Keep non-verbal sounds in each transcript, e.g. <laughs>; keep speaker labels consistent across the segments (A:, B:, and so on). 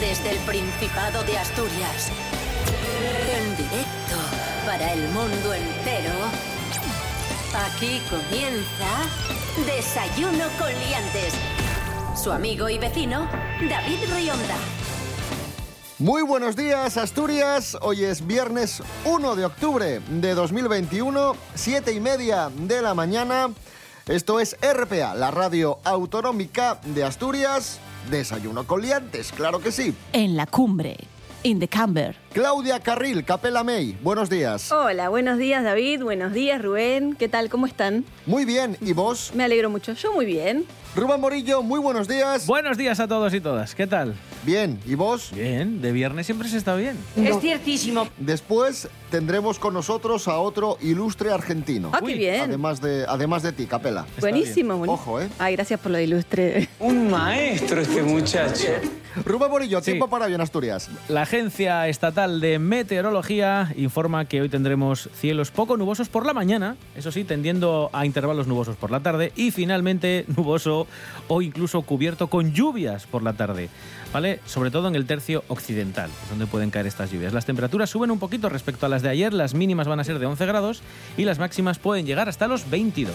A: Desde el Principado de Asturias. En directo para el mundo entero. Aquí comienza Desayuno con Liantes. Su amigo y vecino, David Rionda.
B: Muy buenos días, Asturias. Hoy es viernes 1 de octubre de 2021, 7 y media de la mañana. Esto es RPA, la radio autonómica de Asturias. Desayuno con liantes, claro que sí.
C: En la cumbre, in the camber.
B: Claudia Carril, Capela May, buenos días.
D: Hola, buenos días David, buenos días Rubén, ¿qué tal? ¿Cómo están?
B: Muy bien, ¿y vos?
D: Me alegro mucho, yo muy bien.
B: Rubén Morillo, muy buenos días.
E: Buenos días a todos y todas, ¿qué tal?
B: Bien, ¿y vos?
E: Bien, de viernes siempre se está bien.
F: Es ciertísimo.
B: Después tendremos con nosotros a otro ilustre argentino.
D: Ah, qué bien.
B: Además de, además de ti, Capela.
D: buenísimo, buenísimo.
B: Ojo, ¿eh?
D: Ay, gracias por lo ilustre. <laughs>
G: Un maestro este muchacho.
B: Rubén Morillo,
E: Sí.
B: tiempo para hoy en Asturias.
E: La Agencia Estatal de Meteorología informa que hoy tendremos cielos poco nubosos por la mañana, eso sí, tendiendo a intervalos nubosos por la tarde y finalmente nuboso o incluso cubierto con lluvias por la tarde, ¿vale? Sobre todo en el tercio occidental, que es donde pueden caer estas lluvias. Las temperaturas suben un poquito respecto a las de ayer, las mínimas van a ser de 11 grados y las máximas pueden llegar hasta los 22.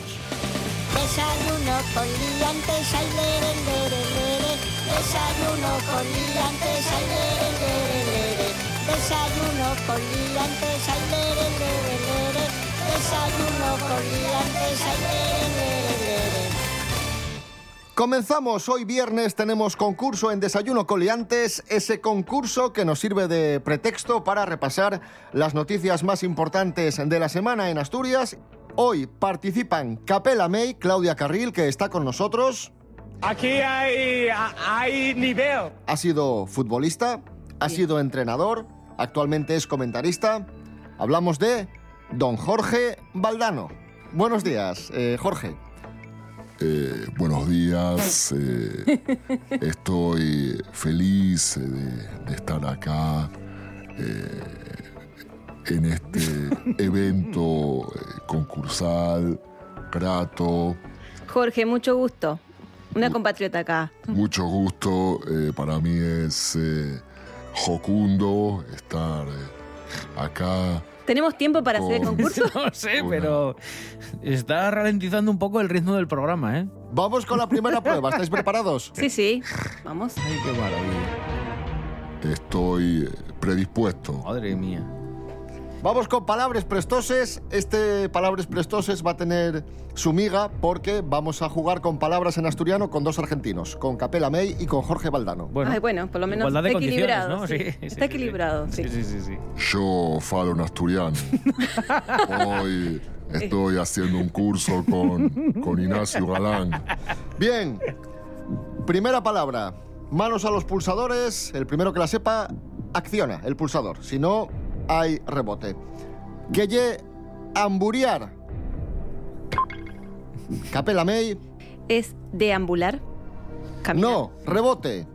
H: Desayuno con liantes, ay, lere, lere, lere. Desayuno con liantes, ay, lere, lere, lere. Desayuno con liantes, ay, lere, lere, lere. Desayuno con liantes, ay, lere, lere, lere.
B: Comenzamos hoy viernes, tenemos concurso en Desayuno Coliantes, ese concurso que nos sirve de pretexto para repasar las noticias más importantes de la semana en Asturias. Hoy participan Capela May, Claudia Carril, que está con nosotros,
G: Aquí hay, hay nivel.
B: ha sido futbolista, ha sido entrenador, actualmente es comentarista. Hablamos de don Jorge Valdano. Buenos días, eh, Jorge.
I: Eh, buenos días, eh, estoy feliz eh, de, de estar acá eh, en este evento eh, concursal, grato,
D: Jorge, mucho gusto. Una compatriota acá.
I: mucho gusto, eh, para mí es eh, jocundo estar eh, acá.
D: ¿Tenemos tiempo para hacer
B: <laughs>
D: el
I: Oh.
D: concurso?
E: <laughs> No sé,
I: Una.
E: pero está ralentizando un poco el ritmo del programa, ¿eh?
B: Vamos con la primera prueba, ¿estáis preparados?
D: Sí, sí. Vamos.
E: Ay, qué maravilla.
I: Estoy eh, predispuesto.
E: Madre mía.
B: Vamos con palabras prestoses. Este palabras prestoses va a tener su miga porque vamos a jugar con palabras en asturiano con dos argentinos, con Capela May y con Jorge Valdano.
E: Bueno,
D: Ay, bueno, por lo menos
E: igualdad de
D: está
E: condiciones,
D: equilibrado,
E: ¿no?
D: sí. Está equilibrado, sí.
E: Sí, sí, sí. sí.
I: Yo falo en asturiano. Hoy estoy haciendo un curso con, con Ignacio Galán.
B: Bien, primera palabra. Manos a los pulsadores. El primero que la sepa, acciona el pulsador. Si no, hay rebote. Que ye amburiar. Capela May.
D: Es deambular. Caminar.
B: No, rebote.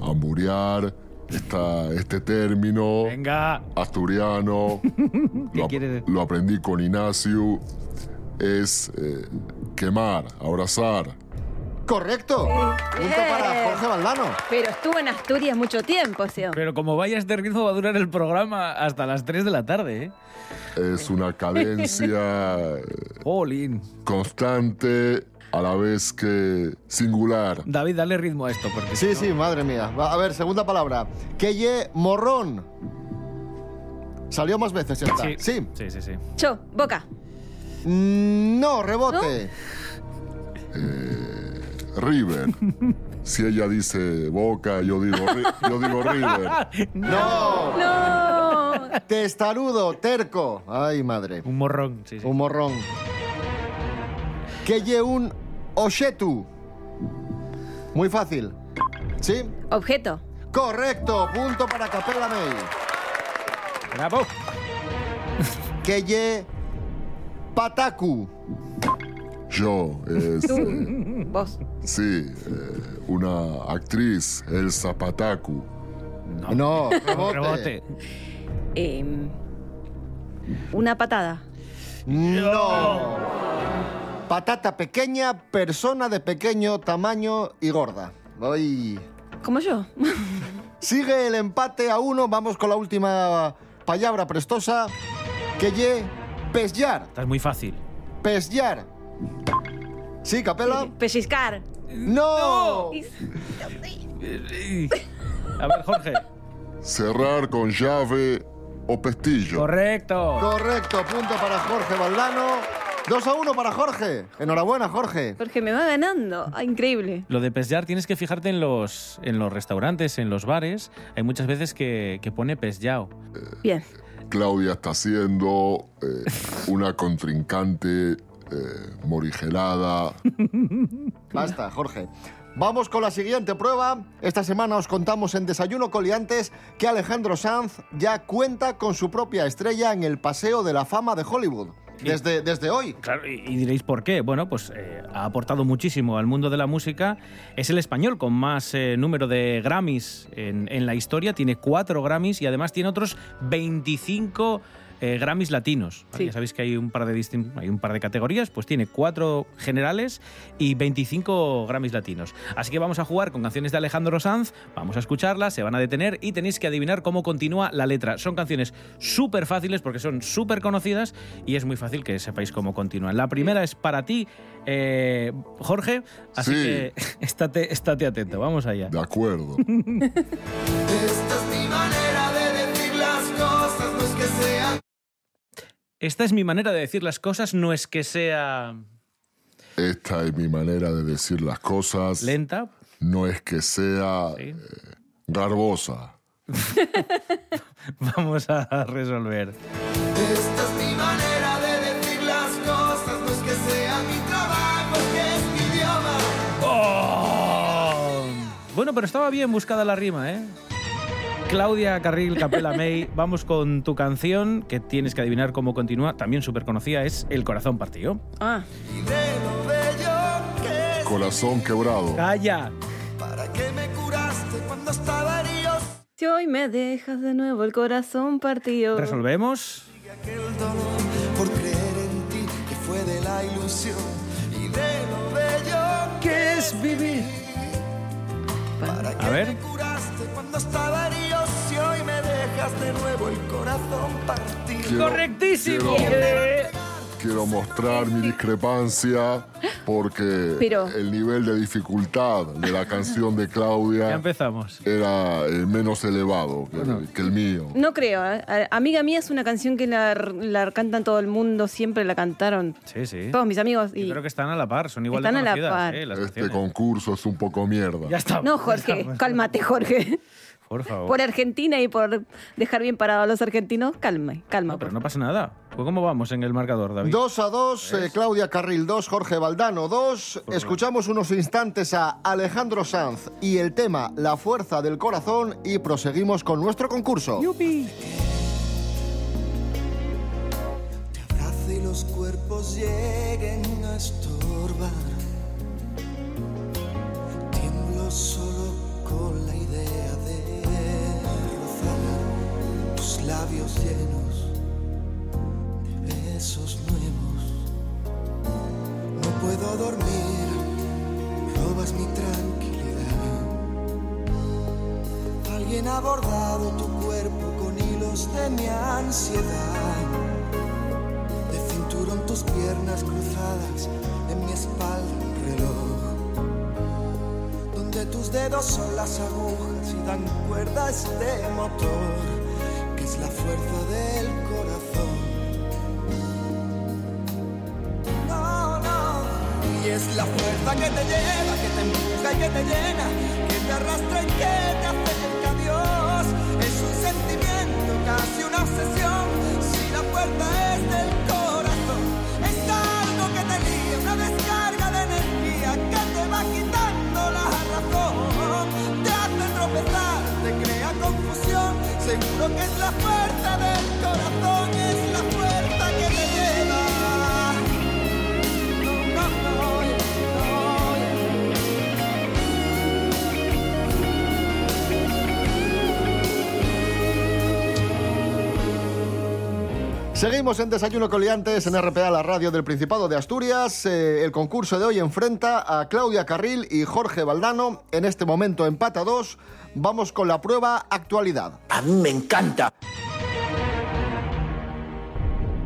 I: Amburiar está este
D: Oh.
I: término
E: Venga.
I: asturiano.
E: ¿Qué
I: Lo, ap-
E: quiere decir?
I: lo aprendí con Ignacio. Es eh, quemar, abrazar.
B: Correcto. Punto para Jorge Valdano.
D: Pero estuvo en Asturias mucho tiempo, o sea.
E: Pero como vaya este ritmo, va a durar el programa hasta las 3 de la tarde, ¿eh?
I: Es
E: <laughs>
I: una cadencia eh,
E: Jolín.
I: constante a la vez que singular.
E: David, dale ritmo a esto, porque
B: Sí,
E: si
B: sí, madre mía. Va, A ver, segunda palabra. Que ye morrón. Salió más veces
E: no-
B: esta. Sí.
E: Sí, sí, sí.
D: Yo, boca.
B: Mm, No, rebote.
I: River. Si ella dice Boca, yo digo, Ri- yo digo River.
B: No.
D: No.
B: <laughs> Testarudo, terco. Ay, madre.
E: Un morrón, sí, sí.
B: Un morrón. Que ye un oshetu. Muy fácil. ¿Sí?
D: Objeto.
B: Correcto. Punto para Capella May.
E: Bravo.
B: Que ye pataku.
I: Yo, es,
D: Tú. Vos.
I: sí, eh, una actriz, el Zapataku.
B: No, rebote.
E: Rebote.
D: Em, una patada.
B: No. Patata pequeña, persona de pequeño tamaño y gorda. Ay.
D: Como yo.
B: Sigue el empate a uno. Vamos con la última palabra prestosa. Que ye pesjar.
E: Esta es muy fácil.
B: Pesjar. ¿Sí, Capela?
D: <laughs> Pellizcar.
B: ¡No!
E: A ver,
B: <laughs>
E: Jorge.
I: Cerrar con llave o pestillo.
E: Correcto.
B: Correcto, punto para Jorge Valdano. 2 a 1 para Jorge. Enhorabuena, Jorge.
D: Porque me va ganando. Ah, increíble.
E: Lo de pesjar tienes que fijarte en los, en los restaurantes, en los bares. Hay muchas veces que, que pone pesjao.
D: Bien.
I: Claudia está siendo eh, una contrincante eh, morigerada.
B: Basta, Jorge. Vamos con la siguiente prueba. Esta semana os contamos en Desayuno Coliantes que Alejandro Sanz ya cuenta con su propia estrella en el Paseo de la Fama de Hollywood. Desde, desde hoy.
E: Claro, y, y diréis por qué. Bueno, pues eh, ha aportado muchísimo al mundo de la música. Es el español con más eh, número de Grammys en, en la historia. Tiene cuatro Grammys y además tiene otros 25 eh, Grammys latinos. ¿vale?
D: Sí.
E: Ya sabéis que hay un, par de distin- hay un par de categorías, pues tiene cuatro generales y 25 Grammys latinos. Así que vamos a jugar con canciones de Alejandro Sanz. Vamos a escucharlas, se van a detener y tenéis que adivinar cómo continúa la letra. Son canciones súper fáciles porque son súper conocidas y es muy fácil que sepáis cómo continúan. La primera es para ti, eh, Jorge, así
I: Sí.
E: que <laughs> estate, estate atento. Vamos allá.
I: De acuerdo.
E: Esta es mi manera de decir las cosas, no es que sea
I: Esta es mi manera de decir las cosas.
E: lenta.
I: No es que sea eh,
E: ¿sí?
I: garbosa.
E: <laughs> Vamos a resolver. ¡Oh! Bueno, pero estaba bien buscada la rima, ¿eh? Claudia Carril Capela May, vamos con tu canción que tienes que adivinar cómo continúa, también súper conocida, es El corazón partido.
D: Ah,
I: Corazón quebrado.
E: ¡Calla!
D: si hoy me dejas de nuevo el corazón partido.
E: Resolvemos. A ver.
I: Quiero-
E: ¡Correctísimo!
I: Quiero, quiero mostrar mi discrepancia porque
D: Pero-
I: el nivel de dificultad de la canción de
E: <laughs> Ya
I: Claudia
E: empezamos.
I: era eh, menos elevado que, que el mío.
D: No creo. ¿eh? A- Amiga mía es una canción que la, la cantan todo el mundo, siempre la cantaron
E: Sí, sí.
D: todos mis amigos.
E: Yo
D: Y...
E: creo que están a la par, son igual de
D: Están a la
E: conocidas.
D: par.
E: eh, las
I: Este
E: canciones.
I: concurso es un poco mierda.
E: Ya está.
D: No,
E: <laughs>
D: Jorge, cálmate, Jorge.
E: Por favor.
D: Por Argentina y por dejar bien parados a los argentinos, calma, calma.
E: No, pero
D: por
E: no pasa nada. Pues ¿Cómo vamos en el marcador, David?
B: 2 a 2, Claudia Carril 2, Jorge Valdano 2. Escuchamos unos instantes a Alejandro Sanz y el tema La fuerza del corazón y proseguimos con nuestro concurso.
E: ¡Yupi!
F: y los cuerpos lleguen a estorbar. Tiemblo solo con la idea de rozar tus labios llenos de besos nuevos. No puedo dormir, robas mi tranquilidad. Alguien ha bordado tu cuerpo con hilos de mi ansiedad. De cinturón tus piernas cruzadas, en mi espalda un reloj. Donde tus dedos son las agujas y dan cuerda a este motor, que es la fuerza del corazón. No, no. Y es la fuerza que te lleva, que te empuja y que te llena, que te arrastra y que te acerca a Dios. Es un sentimiento, casi una obsesión. Si la fuerza es del corazón, es algo que te lía, una descarga de energía que te va quitando la razón. Te hace tropezar, te crea confusión. Seguro que es la fuerza del corazón, es la fuerza que te lleva.
B: Seguimos en Desayuno con Liantes en RPA, la radio del Principado de Asturias. Eh, el concurso de hoy enfrenta a Claudia Carril y Jorge Valdano. En este momento empata dos. Vamos con la prueba actualidad.
J: A mí me encanta.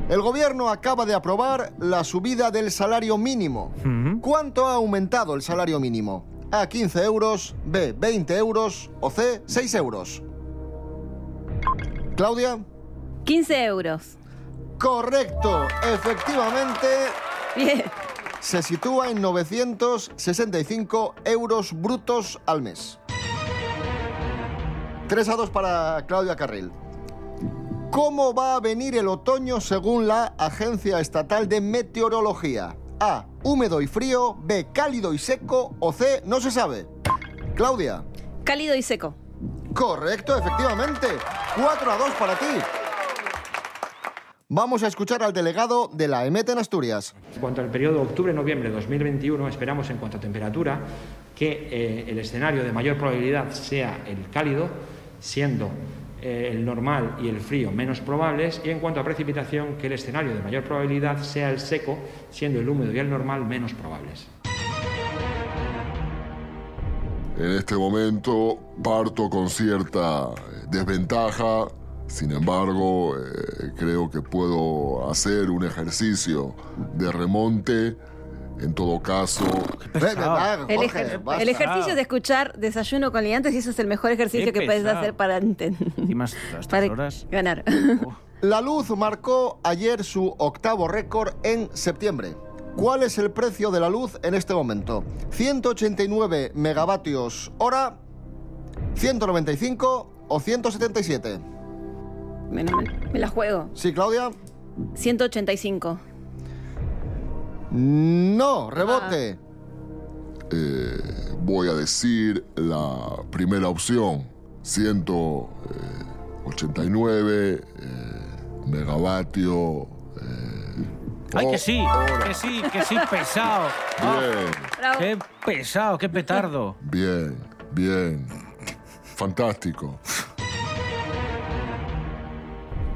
B: El gobierno acaba de aprobar la subida del salario mínimo. ¿Cuánto ha aumentado el salario mínimo? A 15 euros, B 20 euros o C 6 euros. Claudia,
D: 15 euros.
B: correcto, efectivamente
D: Bien.
B: se sitúa en 965 euros brutos al mes. 3 a 2 para Claudia Carril. ¿Cómo va a venir el otoño según la Agencia Estatal de Meteorología? A. Húmedo y frío. B. Cálido y seco. O C. No se sabe. Claudia.
D: Cálido y seco.
B: Correcto, efectivamente. 4 a 2 para ti. Vamos a escuchar al delegado de la EMET en Asturias.
K: En cuanto al periodo octubre-noviembre de 2021, esperamos en cuanto a temperatura que eh, el escenario de mayor probabilidad sea el cálido, siendo eh, el normal y el frío menos probables, y en cuanto a precipitación que el escenario de mayor probabilidad sea el seco, siendo el húmedo y el normal menos probables.
I: En este momento parto con cierta eh, desventaja, sin embargo eh, creo que puedo hacer un ejercicio de remonte. En todo caso,
B: Venga, va,
D: El,
B: Jorge,
D: ejer-
B: vas.
D: el ejercicio de escuchar desayuno con liantes y eso es el mejor ejercicio
E: Qué
D: que puedes
E: pesado.
D: hacer para, enten-
E: Encima, a estas
D: para
E: horas.
D: ganar. <laughs>
B: La luz marcó ayer su octavo récord en septiembre. ¿Cuál es el precio de la luz en este momento? 189 megavatios hora, 195 o 177.
D: Menos mal. Me la juego.
B: Sí, Claudia.
D: 185.
B: No,
D: Ah.
B: rebote.
I: eh, voy a decir la primera opción, eh, 189 eh, megavatio. eh, Oh,
E: ¡Ay, que sí! ¡Que sí! ¡Que sí! ¡Pesado!
I: Bien,
D: Bravo.
E: ¡Qué pesado! ¡Qué petardo!
I: bien, bien. Fantástico.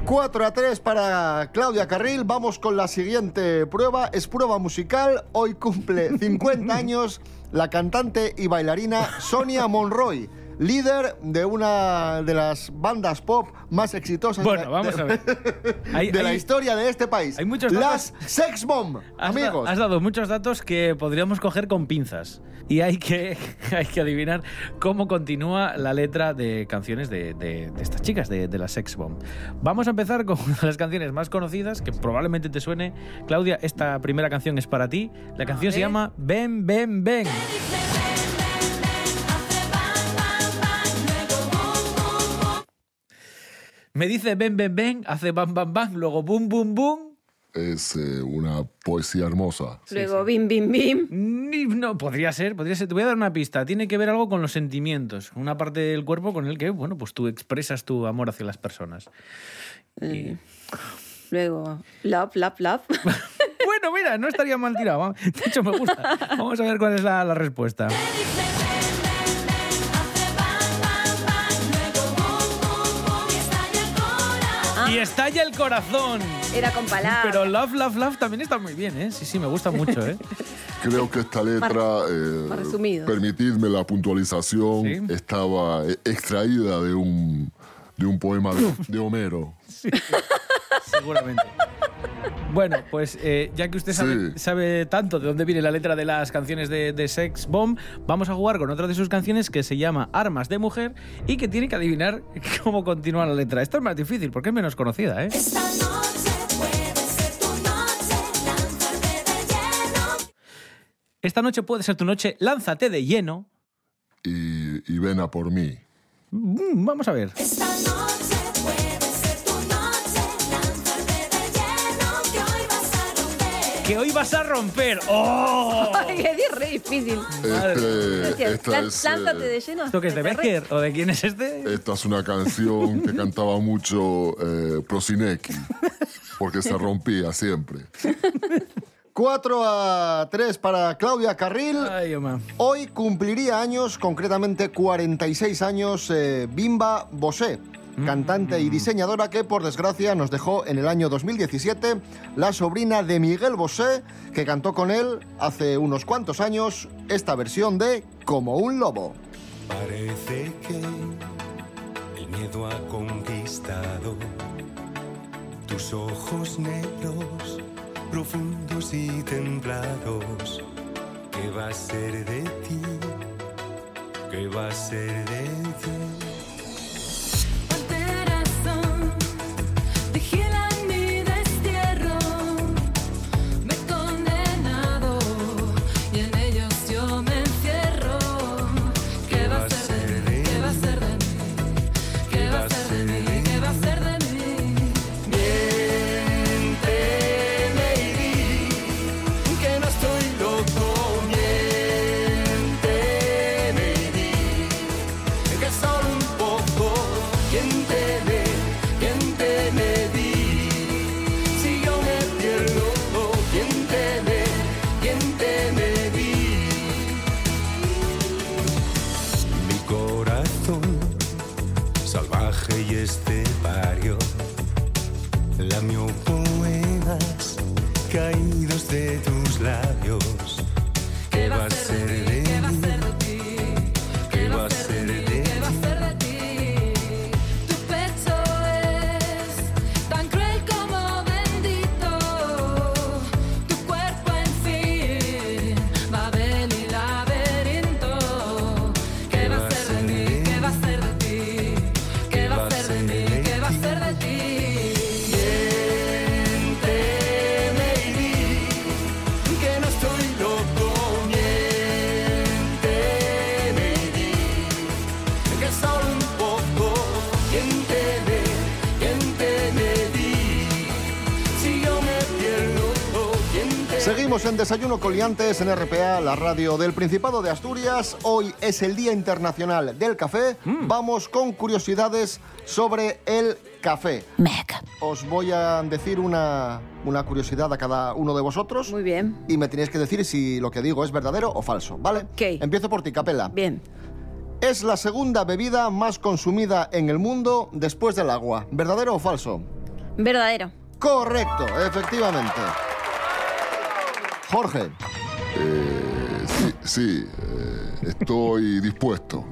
B: 4 a 3 para Claudia Carril. Vamos con la siguiente prueba. Es prueba musical. Hoy
E: <laughs>
B: cumple 50 años la cantante y bailarina Sonia Monroy, líder de una de las bandas pop más exitosas de-
E: Bueno, vamos
B: de,
E: a ver. Hay-
B: de la
E: hay-
B: historia de este país.
E: hay muchos
B: las Sex Bomb,
E: Has, da-
B: amigos.
E: has dado muchos datos que podríamos coger con pinzas. Y hay que, <laughs> hay que adivinar cómo continúa la letra de canciones de, de- de estas chicas, de, de la Sex Bomb. Vamos a empezar con <laughs> una de las canciones más conocidas, que probablemente te suene. Claudia, esta primera canción es para ti. La canción se
D: ver.
E: llama Ven, Ven, Ven. Me dice ven, ven, ven, hace bam, bam, bam, luego boom, boom, boom.
I: Es eh, una poesía hermosa.
D: Luego bim, bim, bim.
E: Ni- No, podría ser, podría ser. Te voy a dar una pista. Tiene que ver algo con los sentimientos. Una parte del cuerpo con el que, bueno, pues tú expresas tu amor hacia las personas. Y-
D: Luego love, love, love.
E: <laughs> Bueno, mira, no estaría mal tirado. va. De hecho, me gusta. Vamos a ver cuál es la, la respuesta. Y estalla el corazón.
D: <laughs> Era con palabras.
E: Pero Love, Love, Love también está muy bien, ¿eh? Sí, sí, me gusta mucho, ¿eh?
I: Creo que esta letra, eh,
D: más resumido.
I: permitidme la puntualización,
E: Sí.
I: estaba eh, extraída de un, de un poema de, de Homero.
E: Seguramente. Bueno, pues eh, ya que usted sabe,
I: Sí.
E: sabe tanto de dónde viene la letra de las canciones de, de Sex Bomb, vamos a jugar con otra de sus canciones que se llama Armas de Mujer y que tiene que adivinar <laughs> cómo continúa la letra. Esta es más difícil porque es menos conocida, ¿eh? Esta noche puede ser tu noche, lánzate de lleno.
I: Y, y ven a por mí.
E: Mm, vamos a ver. Que hoy vas a romper. ¡Oh!
D: Ay, es re difícil.
E: Madre
I: Este, esta,
D: Lan-
I: es,
D: Lánzate
I: eh,
D: de lleno.
E: ¿Esto qué es de
D: Te re-
E: Becker? ¿O de quién es este?
I: esta es una canción que cantaba mucho eh, Prosinecki, porque se rompía siempre.
B: 4 a 3 para Claudia Carril.
E: Ay, Oma.
B: Hoy cumpliría años, concretamente 46 años, eh, Bimba Bosé, cantante y diseñadora que por desgracia nos dejó en el año 2017, la sobrina de Miguel Bosé, que cantó con él hace unos cuantos años esta versión de Como un lobo.
J: Parece que el miedo ha conquistado tus ojos negros, profundos y templados. ¿Qué va a ser de ti? ¿Qué va a ser de ti?
L: Corazón, vigila mi destierro. Me he condenado y en ellos yo me encierro. ¿Qué va a ser de mí? ¿Qué va a ser de mí? ¿Qué va a ser de mí? ¿Qué va a ser de mí?
F: Miente, Lady, que no estoy loco. Miente, Lady, que solo un poco. ¿Quién te ve? ¿Quién te me di? Si yo me pierdo, ¿quién te ve? ¿Quién te me di?
J: Mi corazón, salvaje y
F: este
J: estepario, lamió poemas caídos de tus labios. ¿Qué va a ser de
L: ¿Qué va a
J: mí?
L: ser de ti?
J: ¿Qué va a ser de ti?
L: ¿Qué va a ser de ti? Tu pecho es tan cruel como bendito. Tu cuerpo en fin va a venir laberinto. ¿Qué va a ser de mí? ¿Qué va a ser de ti? ¿Qué va a ser de mí? ¿Qué va a ser de ti?
F: Miente, Lady, que no estoy loco. Miente, Lady, que solo un poco. ¿Quién te ve? ¿Quién te me di? Si yo me pierdo, ¿quién te
B: Seguimos en Desayuno Coliantes en RPA, la radio del Principado de Asturias. Hoy es el Día Internacional del Café. Vamos con curiosidades sobre el café. Os voy a decir una, una curiosidad a cada uno de vosotros. Muy
D: bien.
B: Y me tenéis que decir si lo que digo es verdadero o falso, ¿vale? Empiezo por ti, Capela.
D: Bien.
B: Es la segunda bebida más consumida en el mundo después del agua. ¿Verdadero o falso?
D: Verdadero.
B: Correcto, efectivamente. Jorge.
I: Eh, sí, sí, eh, estoy dispuesto.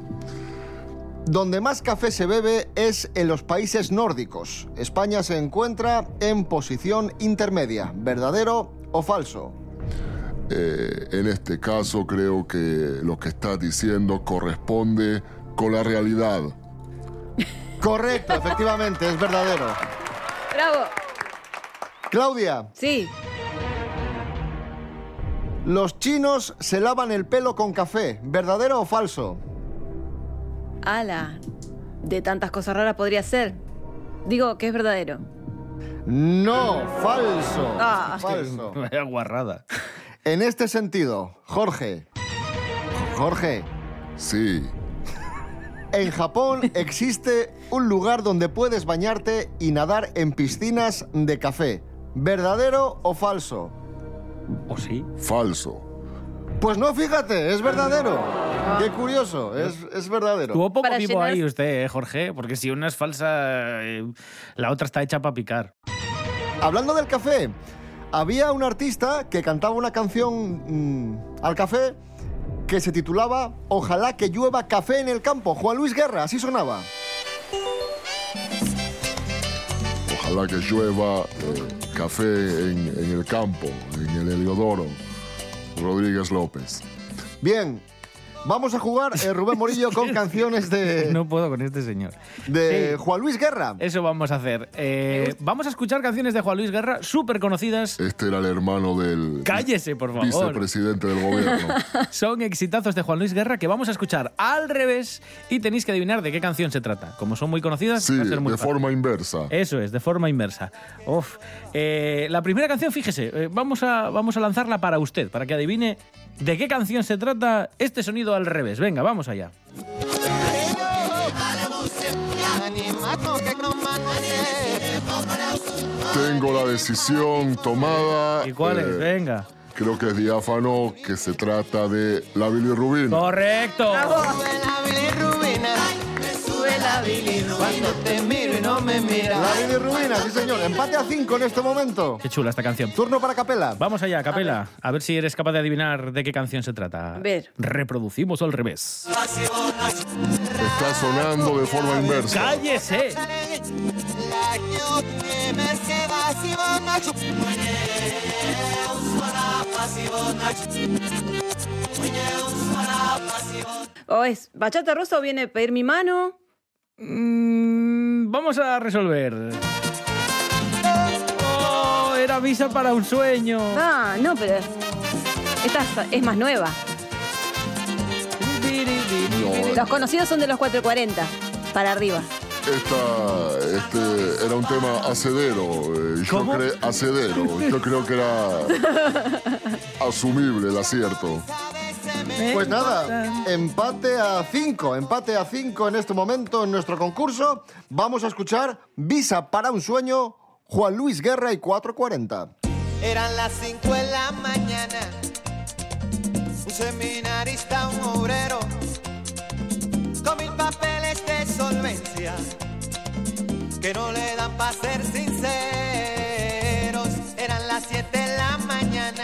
B: Donde más café se bebe es en los países nórdicos. España se encuentra en posición intermedia. ¿Verdadero o falso?
I: Eh, en este caso creo que lo que estás diciendo corresponde con la realidad.
D: <laughs>
B: Correcto, efectivamente, es verdadero.
D: Bravo.
B: Claudia,
D: Sí.
B: los chinos se lavan el pelo con café. ¿Verdadero o falso?
D: Ala. De tantas cosas raras podría ser. Digo que es verdadero.
B: No, falso.
D: Ah.
B: falso.
E: Vaya guarrada.
B: En este sentido, Jorge. Jorge.
I: Sí,
B: En Japón existe un lugar donde puedes bañarte y nadar en piscinas de café. ¿Verdadero o falso?
E: ¿O sí?
I: falso.
B: Pues no, fíjate, es verdadero. Qué curioso, es, es verdadero.
E: Tuvo poco
D: Para
E: vivo
D: llenar-
E: ahí usted, ¿eh, Jorge, porque si una es falsa, eh, la otra está hecha para picar.
B: Hablando del café, había un artista que cantaba una canción mm, al café que se titulaba Ojalá que llueva café en el campo. Juan Luis Guerra, así sonaba.
I: Ojalá que llueva eh, café en, en el campo, en el Heliodoro. Rodríguez López.
B: Bien, vamos a jugar eh, Rubén Morillo
E: <laughs>
B: con canciones
I: Eh.
B: de,
E: No puedo con este señor.
B: de
E: Sí.
B: Juan Luis Guerra.
E: Eso vamos a hacer. Eh, vamos a escuchar canciones de Juan Luis Guerra súper conocidas.
I: Este era el hermano del
E: Cállese, por favor.
I: vicepresidente del gobierno.
E: Son exitazos de Juan Luis Guerra que vamos a escuchar al revés y tenéis que adivinar de qué canción se trata. Como son muy conocidas,
I: Sí,
E: va a ser muy
I: de
E: fácil. Eh,
I: forma inversa.
E: Eso es, de forma inversa. Uf. Eh, la primera canción, fíjese, eh, vamos, a, vamos a lanzarla para usted, para que adivine de qué canción se trata este sonido al revés. Venga, vamos allá.
I: Tengo la decisión
E: <laughs>
I: tomada.
E: ¿Y cuál es?
I: Eh,
E: Venga.
I: Creo que es diáfano, que se trata de la bilirrubina.
E: Correcto.
F: Sube la
M: la bilirrubina. Cuando te miro y no me miras.
B: La bilirrubina, sí señor. Empate a 5 en este momento.
E: Qué chula esta canción.
B: Turno para Capela.
E: Vamos allá, Capela. A ver. a ver si eres capaz de adivinar de qué canción se trata. A
D: ver.
E: Reproducimos al revés.
I: Está sonando de forma inversa.
E: ¡Cállese!
D: ¿O es bachata rusa o viene a pedir mi mano?
E: Mm, vamos a resolver. Oh, era visa para un sueño.
D: Ah, no, pero esta es más nueva. Los conocidos son de los 440, para arriba.
I: Esta, este, era un tema acedero. eh, Yo
E: ¿Cómo?
I: cre- acedero. Yo creo
E: <laughs>
I: que era asumible el acierto.
B: Pues nada, empate a 5, empate a 5 en este momento en nuestro concurso. Vamos a escuchar Visa para un sueño, Juan Luis Guerra y 440.
M: Eran las 5 de la mañana. Un seminarista, un obrero, con mil papeles de solvencia que no le dan para ser sinceros. Eran las 7 de la mañana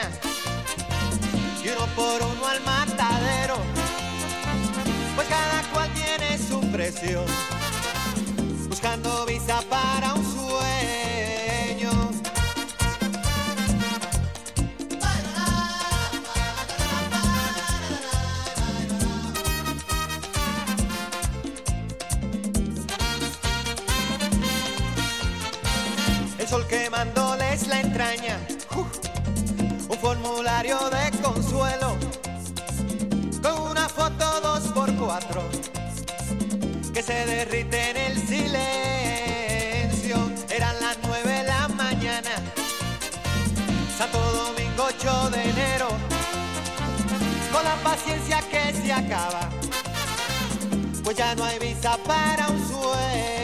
M: y uno por uno al matadero, pues cada cual tiene su precio, buscando visa para un sueño. el sol quemándoles la entraña. ¡Uf! un formulario de consuelo con una foto dos por cuatro que se derrite en el silencio. Eran las nueve de la mañana, Santo Domingo 8 de enero, con la paciencia que se acaba, pues ya no hay visa para un sueño.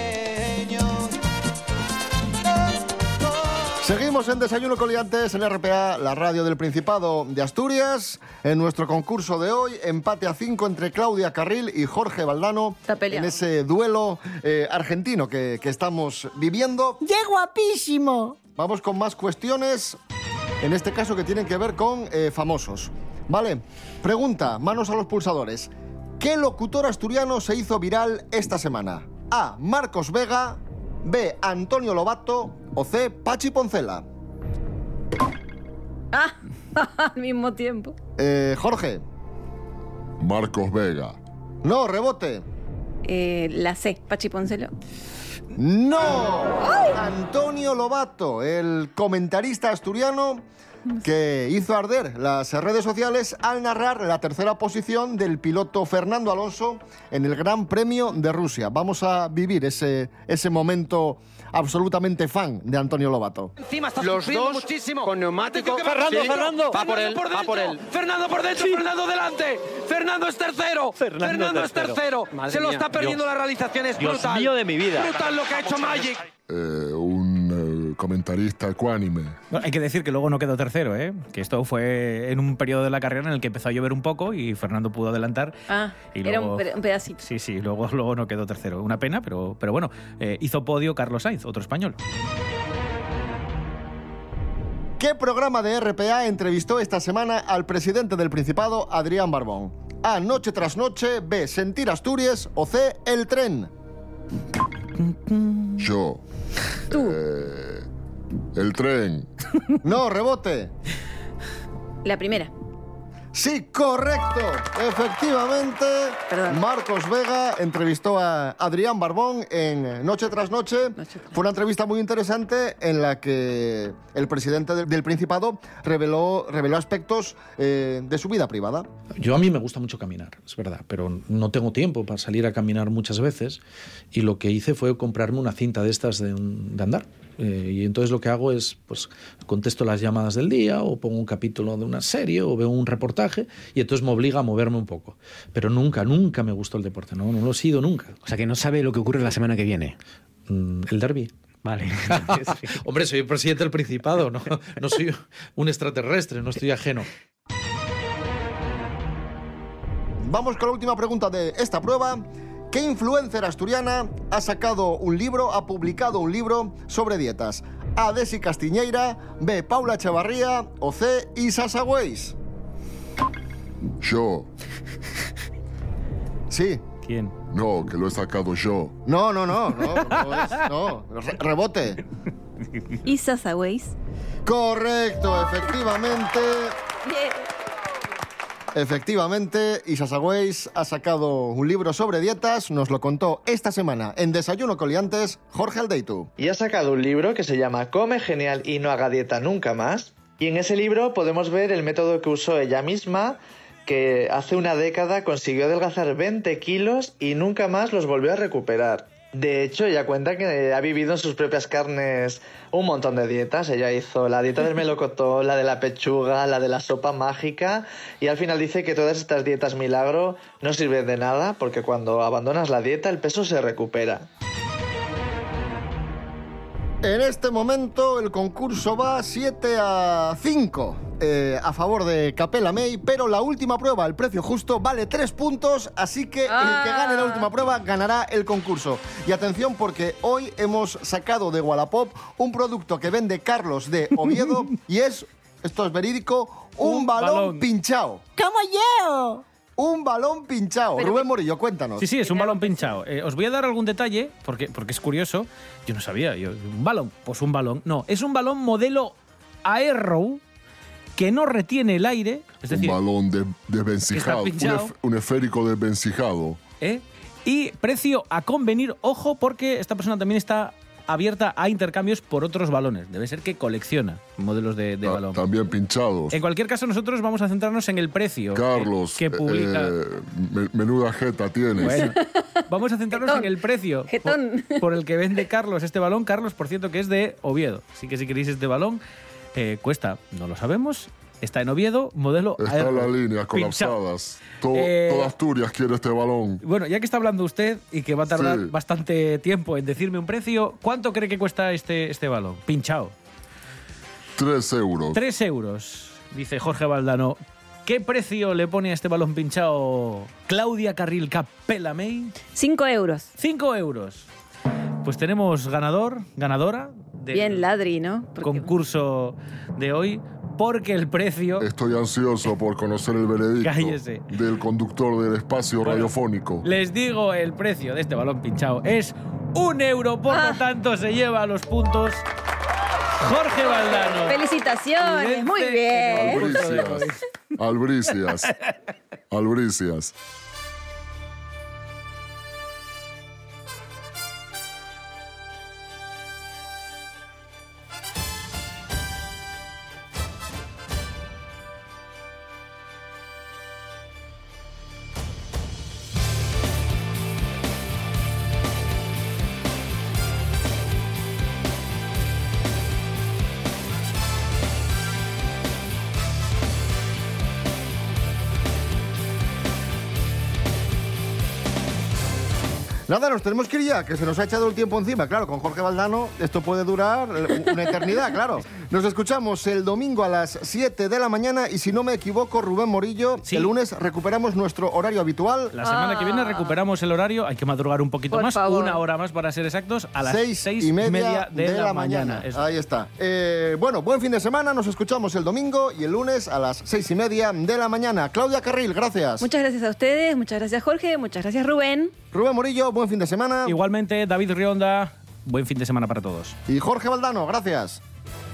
B: Seguimos en Desayuno Coliantes en RPA, la radio del Principado de Asturias. En nuestro concurso de hoy, empate a 5 entre Claudia Carril y Jorge Valdano en
D: peleado.
B: ese duelo eh, argentino que, que estamos viviendo.
N: ¡Qué guapísimo!
B: Vamos con más cuestiones, en este caso que tienen que ver con eh, famosos. Vale, pregunta, manos a los pulsadores. ¿Qué locutor asturiano se hizo viral esta semana? A. Marcos Vega, B. Antonio Lobato o C. Pachi Poncela.
D: Ah, <laughs> al mismo tiempo.
B: Eh, Jorge.
I: Marcos Vega.
B: No, rebote.
D: Eh, la C, Pachi Poncelo.
B: No. Antonio Lobato, el comentarista asturiano que hizo arder las redes sociales al narrar la tercera posición del piloto Fernando Alonso en el Gran Premio de Rusia. Vamos a vivir ese, ese momento absolutamente fan de Antonio Lobato.
O: Los dos con neumático.
B: Fernando, Fernando.
O: Va por él, va por él. Fernando por dentro, Fernando delante. Fernando es tercero. Fernando, es tercero.
P: Madre
O: Se lo
P: mía,
O: está perdiendo
P: Dios.
O: la realización. Es
P: Dios
O: brutal.
P: mío de mi vida.
O: Brutal lo que ha hecho Magic.
I: Eh, un eh, comentarista ecuánime.
E: No, hay que decir que luego no quedó tercero, ¿eh? Que esto fue en un periodo de la carrera en el que empezó a llover un poco y Fernando pudo adelantar.
D: Ah,
E: Y
D: era un,
E: luego-
D: pe- un pedacito.
E: Sí, sí, luego, luego no quedó tercero. Una pena, pero, pero bueno, eh, hizo podio Carlos Sainz, otro español.
B: ¿Qué programa de RPA entrevistó esta semana al presidente del Principado, Adrián Barbón? A. Noche tras noche, B. Sentir Asturias o C. El tren.
I: Yo. Eh, el tren.
B: No, rebote.
D: La primera.
B: Sí, correcto. Efectivamente, Marcos Vega entrevistó a Adrián Barbón en Noche tras Noche. Fue una entrevista muy interesante en la que el presidente del, del Principado reveló, reveló aspectos eh, de su vida privada.
Q: Yo a mí me gusta mucho caminar, es verdad, pero no tengo tiempo para salir a caminar muchas veces y lo que hice fue comprarme una cinta de estas de, un- de andar. Eh, y entonces lo que hago es, pues, contesto las llamadas del día o pongo un capítulo de una serie o veo un reportaje y entonces me obliga a moverme un poco. Pero nunca, nunca me gustó el deporte, no, no lo he sido nunca. O sea que no sabe lo que ocurre la semana que viene. Mm, el derby. Vale. <laughs> Hombre, soy el presidente del Principado, no, no soy un extraterrestre, no estoy ajeno.
B: Vamos con la última pregunta de esta prueba. ¿Qué influencer asturiana ha sacado un libro, ha publicado un libro sobre dietas? A. Desi Castiñeira, B. Paula Chavarría o C. Isa Sagüeis.
I: Yo.
B: Sí.
E: ¿Quién?
I: No, que lo he sacado yo.
B: No, no, no, no, no, es, no. Re- rebote.
D: Isa Saways.
B: Correcto, efectivamente. Efectivamente, Isa Sagüeis ha sacado un libro sobre dietas, nos lo contó esta semana en Desayuno Coliantes, Jorge Aldeitu.
N: y ha sacado un libro que se llama Come genial y no haga dieta nunca más. Y en ese libro podemos ver el método que usó ella misma, que hace una década consiguió adelgazar 20 kilos y nunca más los volvió a recuperar. De hecho, ella cuenta que ha vivido en sus propias carnes un montón de dietas. Ella hizo la dieta
O: <laughs>
N: del melocotón, la de la pechuga, la de la sopa mágica y al final dice que todas estas dietas milagro no sirven de nada porque cuando abandonas la dieta el peso se recupera.
B: En este momento el concurso va 7 a 5 eh, a favor de Capella May, pero la última prueba, el precio justo, vale 3 puntos, así que el que gane
E: Ah.
B: la última prueba ganará el concurso. Y atención porque hoy hemos sacado de Wallapop un producto que vende Carlos de
E: <laughs>
B: Oviedo y es, esto es verídico, un,
E: Un
B: balón,
E: balón.
B: pinchado. ¡Como yo! Un balón pinchado.
E: Pero-
B: Rubén Morillo, cuéntanos.
E: Sí, sí, es un balón pinchado. Eh, os voy a dar algún detalle, porque, porque es curioso. Yo no sabía. yo- un balón, pues un balón. No, es un balón modelo Aero que no retiene el aire. Es decir,
I: un balón de- desvencijado.
E: que está
I: un,
E: pinchado.
I: un esférico desvencijado.
E: ¿eh? Y precio a convenir, ojo, porque esta persona también está abierta a intercambios por otros balones. Debe ser que colecciona modelos de,
I: Ah,
E: de balón.
I: También pinchados.
E: En cualquier caso, nosotros vamos a centrarnos en el precio que-
I: Carlos,
E: que, publica.
I: eh, me- menuda jeta tienes. <laughs>
E: Bueno, vamos a centrarnos en el precio Por, por el que vende Carlos este balón. Carlos, por cierto, que es de Oviedo. Así que si queréis este balón, eh, cuesta, no lo sabemos, está en Oviedo, modelo
I: Está
E: aero.
I: en las líneas
E: Pinchado.
I: colapsadas. Todo,
E: Eh,
I: toda Asturias quiere este balón.
E: Bueno, ya que está hablando usted y que va a tardar
I: Sí.
E: bastante tiempo en decirme un precio, ¿cuánto cree que cuesta este, este balón? Pinchao.
I: Tres euros.
E: Tres euros, dice Jorge Valdano. ¿Qué precio le pone a este balón pinchao Claudia Carril Capella May?
D: Cinco euros.
E: Cinco euros. Pues tenemos ganador, ganadora del
D: Bien ladri, ¿no?
E: concurso de hoy, porque el precio...
I: Estoy ansioso por conocer el veredicto
E: Cállese.
I: del conductor del espacio radiofónico.
E: Les digo el precio de este balón pinchado. Es un euro, por
B: Ah.
E: lo tanto se lleva los puntos Jorge Valdano.
D: Felicitaciones, muy bien.
I: Albricias.
E: <laughs>
I: Albricias. Albricias.
B: Nada, nos tenemos que ir ya, que se nos ha echado el tiempo encima. Claro, con Jorge Valdano esto puede durar eh, una eternidad, <laughs> claro. Nos escuchamos el domingo a las 7 de la mañana y si no me equivoco, Rubén Morillo, el lunes recuperamos nuestro horario habitual.
E: La semana que viene recuperamos el horario, hay que madrugar un
B: Ah.
E: poquito
B: Por
E: más,
B: favor.
E: una hora más para ser exactos, a las
B: Seis
E: seis,
B: y
E: y
B: media
E: de, la, mañana. Eso.
B: Ahí está. Eh, bueno, buen fin de semana, nos escuchamos el domingo y el lunes a las 6 y media de la mañana. Claudia Carril, gracias.
D: Muchas gracias a ustedes, muchas gracias Jorge, muchas gracias Rubén.
B: Rubén Morillo, buen fin de semana.
E: Igualmente, David Rionda, buen fin de semana para todos.
B: Y Jorge Valdano, gracias.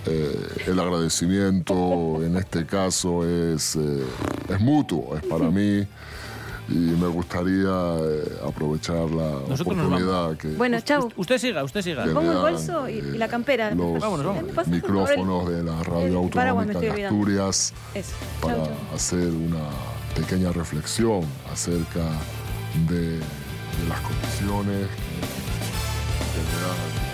I: Eh, el agradecimiento en este caso es, eh, es mutuo, es para mí. Y me gustaría eh, aprovechar la
E: Nosotros nos
I: oportunidad que
D: Bueno, chao.
E: Usted siga, usted siga.
I: Que
D: Pongo el
I: vean,
D: bolso y, y la campera.
I: los
D: Vámonos, vámonos.
I: eh, micrófonos de la radio
D: el paraguas me
I: autonómica
D: estoy
I: de
D: olvidando.
I: Asturias
D: Eso.
I: para
D: Chao, chao.
I: hacer una pequeña reflexión acerca de, de las condiciones que, que le dan